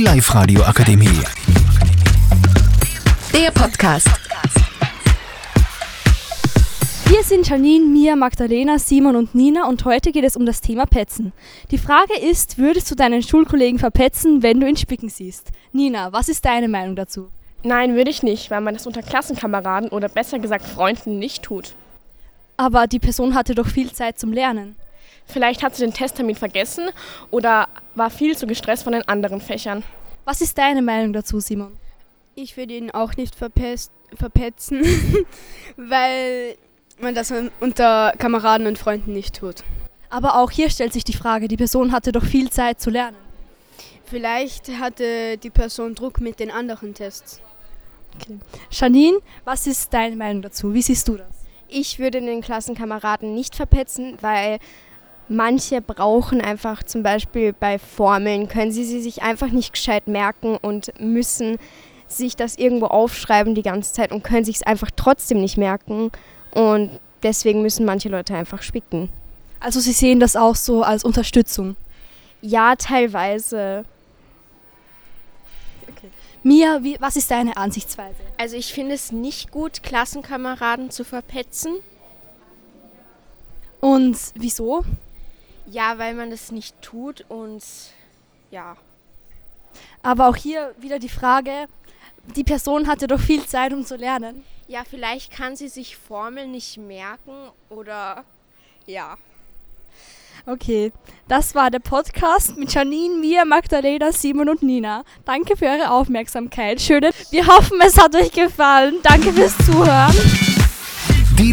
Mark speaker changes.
Speaker 1: Live Radio Akademie.
Speaker 2: Der Podcast.
Speaker 3: Wir sind Janine, Mia, Magdalena, Simon und Nina und heute geht es um das Thema Petzen. Die Frage ist, würdest du deinen Schulkollegen verpetzen, wenn du ihn spicken siehst? Nina, was ist deine Meinung dazu?
Speaker 4: Nein, würde ich nicht, weil man das unter Klassenkameraden oder besser gesagt Freunden nicht tut.
Speaker 3: Aber die Person hatte doch viel Zeit zum Lernen.
Speaker 4: Vielleicht hat sie den Testtermin vergessen oder war viel zu gestresst von den anderen Fächern.
Speaker 3: Was ist deine Meinung dazu, Simon?
Speaker 5: Ich würde ihn auch nicht verpest, verpetzen, weil man das unter Kameraden und Freunden nicht tut.
Speaker 3: Aber auch hier stellt sich die Frage, die Person hatte doch viel Zeit zu lernen.
Speaker 5: Vielleicht hatte die Person Druck mit den anderen Tests.
Speaker 3: Okay. Janine, was ist deine Meinung dazu? Wie siehst du das?
Speaker 6: Ich würde den Klassenkameraden nicht verpetzen, weil manche brauchen einfach zum Beispiel bei Formeln, können sie sie sich einfach nicht gescheit merken und müssen sich das irgendwo aufschreiben die ganze Zeit und können sich es einfach trotzdem nicht merken. Und deswegen müssen manche Leute einfach spicken.
Speaker 3: Also Sie sehen das auch so als Unterstützung.
Speaker 6: Ja, teilweise.
Speaker 3: Mia, wie, was ist deine Ansichtsweise?
Speaker 7: Also ich finde es nicht gut, Klassenkameraden zu verpetzen.
Speaker 3: Und wieso?
Speaker 7: Ja, weil man das nicht tut und ja.
Speaker 3: Aber auch hier wieder die Frage, die Person hatte doch viel Zeit, um zu lernen.
Speaker 7: Ja, vielleicht kann sie sich Formeln nicht merken oder ja.
Speaker 3: Okay, das war der Podcast mit Janine, Mia, Magdalena, Simon und Nina. Danke für eure Aufmerksamkeit. Schöne. Wir hoffen, es hat euch gefallen. Danke fürs Zuhören.
Speaker 1: Die